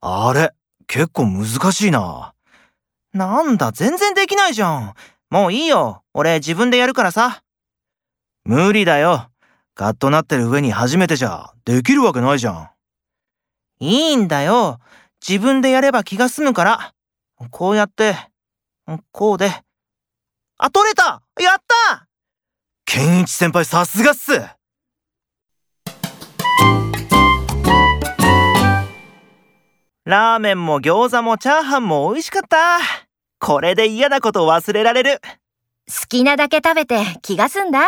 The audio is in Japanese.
あれ、結構難しいな。なんだ、全然できないじゃん。もういいよ。俺自分でやるからさ。無理だよ。カッとなってる上に初めてじゃ、できるわけないじゃん。いいんだよ。自分でやれば気が済むから。こうやって、こうで。あ、取れたやった健一先輩さすがっすラーメンも餃子もチャーハンも美味しかった。これで嫌なこと忘れられる。好きなだけ食べて気が済んだ。